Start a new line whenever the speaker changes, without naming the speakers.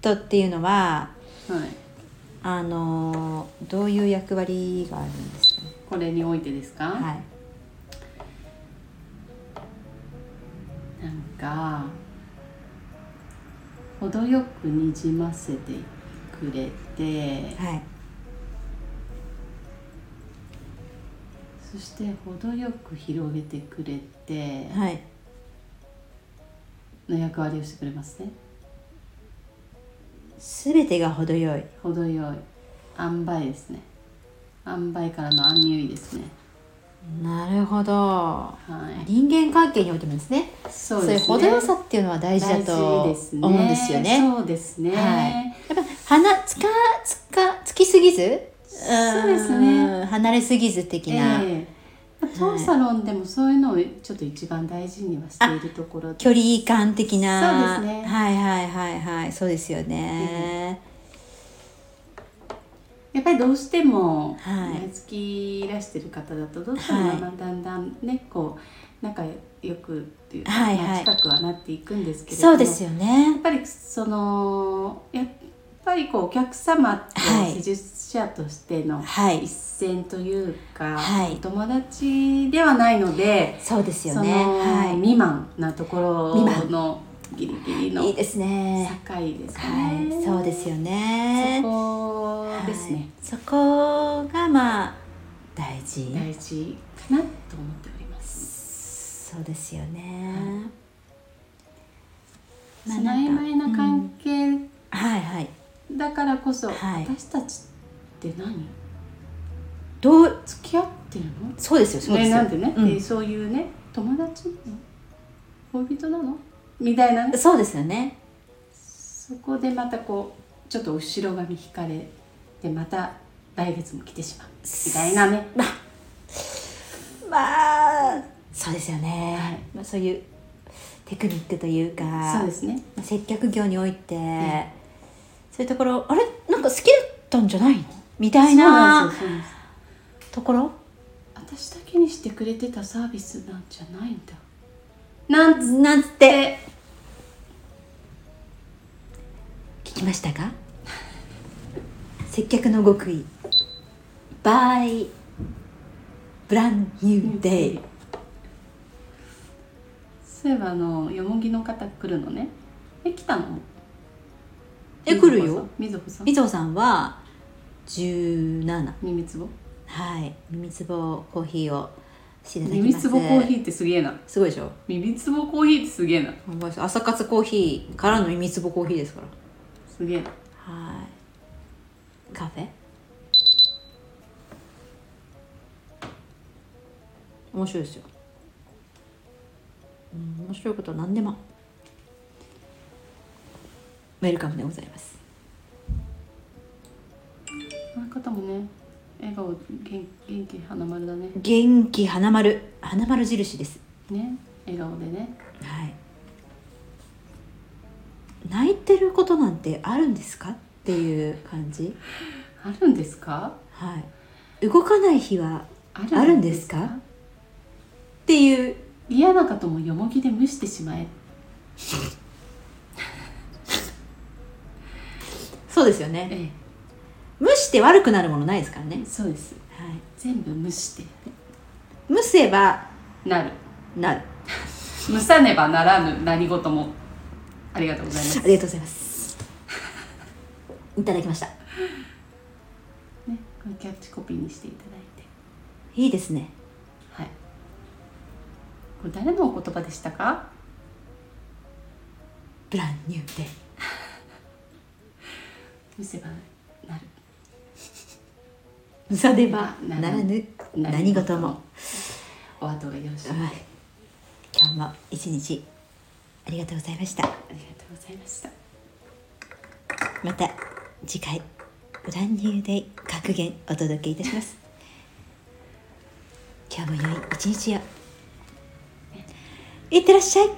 トっていうのは
はい、
あのどういう役割があるんですかね
これにおいてですか、
はい
なんか程よくにじませてくれて
はい
そして程よく広げてくれて
はい
の役割をしてくれますね
全てが程よい
程よい塩梅ですね塩梅からのアンニュイですね
なるほど
はい
人間関係においてもですね
そ
そういう程よさっていうのは大事だと
大事ですね
思うんですよね
そうですね、
はやっぱ鼻つかつかつきすぎず
そうですね
うん離れすぎず的な、
ええ当サロンでもそういうのをちょっと一番大事にはしているところで
距離感的な
そうですね
はいはいはいはいそうですよね、
やっぱりどうしても
はい
毎月いらしてる方だとどうしても
はい
まあだんだんねこう仲良くっていうか、
はいはい
まあ近くはなっていくんですけれど
そ
も
うですよ
や
ね
っぱりそのやっぱりこうお客様と
はい
施術者としての
はい
一線というか、
はい
お友達ではないので、
そうですよ
その、
ねは
未満なところ
未
のギリギリの
いいいです
境
ね
ですか
は
ね、
いそうですよね
そこです
は
ね
い、そこがまあ大事
大事かなと思っております
そうですよね、
その
まあ
曖
んか
昧な関係
はいはい
だからこそ、
はい
私たちって何
どう
付き合ってるの
そうですよそうです
ね、
よ、
なんでね、
うん
えーそういうね友達なの恋人なのみたいな
そうですよね
そこでまたこうちょっと後ろ髪引かれてまた来月も来てしまうみたいなね
まあそうですよね、
はい
まあ、そういうテクニックというか
そうですね
まあ接客業において、
え
そういうところあれなんか好きだったんじゃないのみたい
そうなん
な
ですよそうなんです
ところ
私だけにしてくれてたサービスなんじゃないんだなんつっ
なんつって
て
聞きました か接客の極意 by ブランニューデイ
そういえばあのよもぎの方来るのねえ来たの
え来るよ
みずほさん
みぞさんは17
耳つぼ
はい耳つぼコーヒーをしていただきます
耳つぼコーヒーってすげえな
すごいでしょ
耳つぼコーヒーってすげえな
ほんまです朝活コーヒーからの耳つぼコーヒーですから
すげえな
はいカフェ面白いですよ、うん、面白いことは何でもウェルカムでございます
この方もね笑顔元元気花丸だね
元気花丸花丸印です
ね笑顔でね
はい泣いてることなんてあるんですかっていう感じ
あるんですか
はい動かない日はあるんですかっていう
嫌なこともよもぎで蒸してしまえ
そうですよね
え
蒸して悪くなるものないですからね
え、そうです
はい、
全部蒸して
蒸せば
なる
なる
蒸さねばならぬ何事もありがとうございます
ありがとうございますいただきました
ねこれキャッチコピーにしていただいて
いいですね
はいこれ誰のお言葉でしたか
ブランニューデイ
蒸せばなる
蒸さねばならぬ何事も
お後がよろしい
はい今日も一日ありがとうございました
ありがとうございました
また次回ブランニューデイ格言お届けいたします今日も良い一日をいってらっしゃい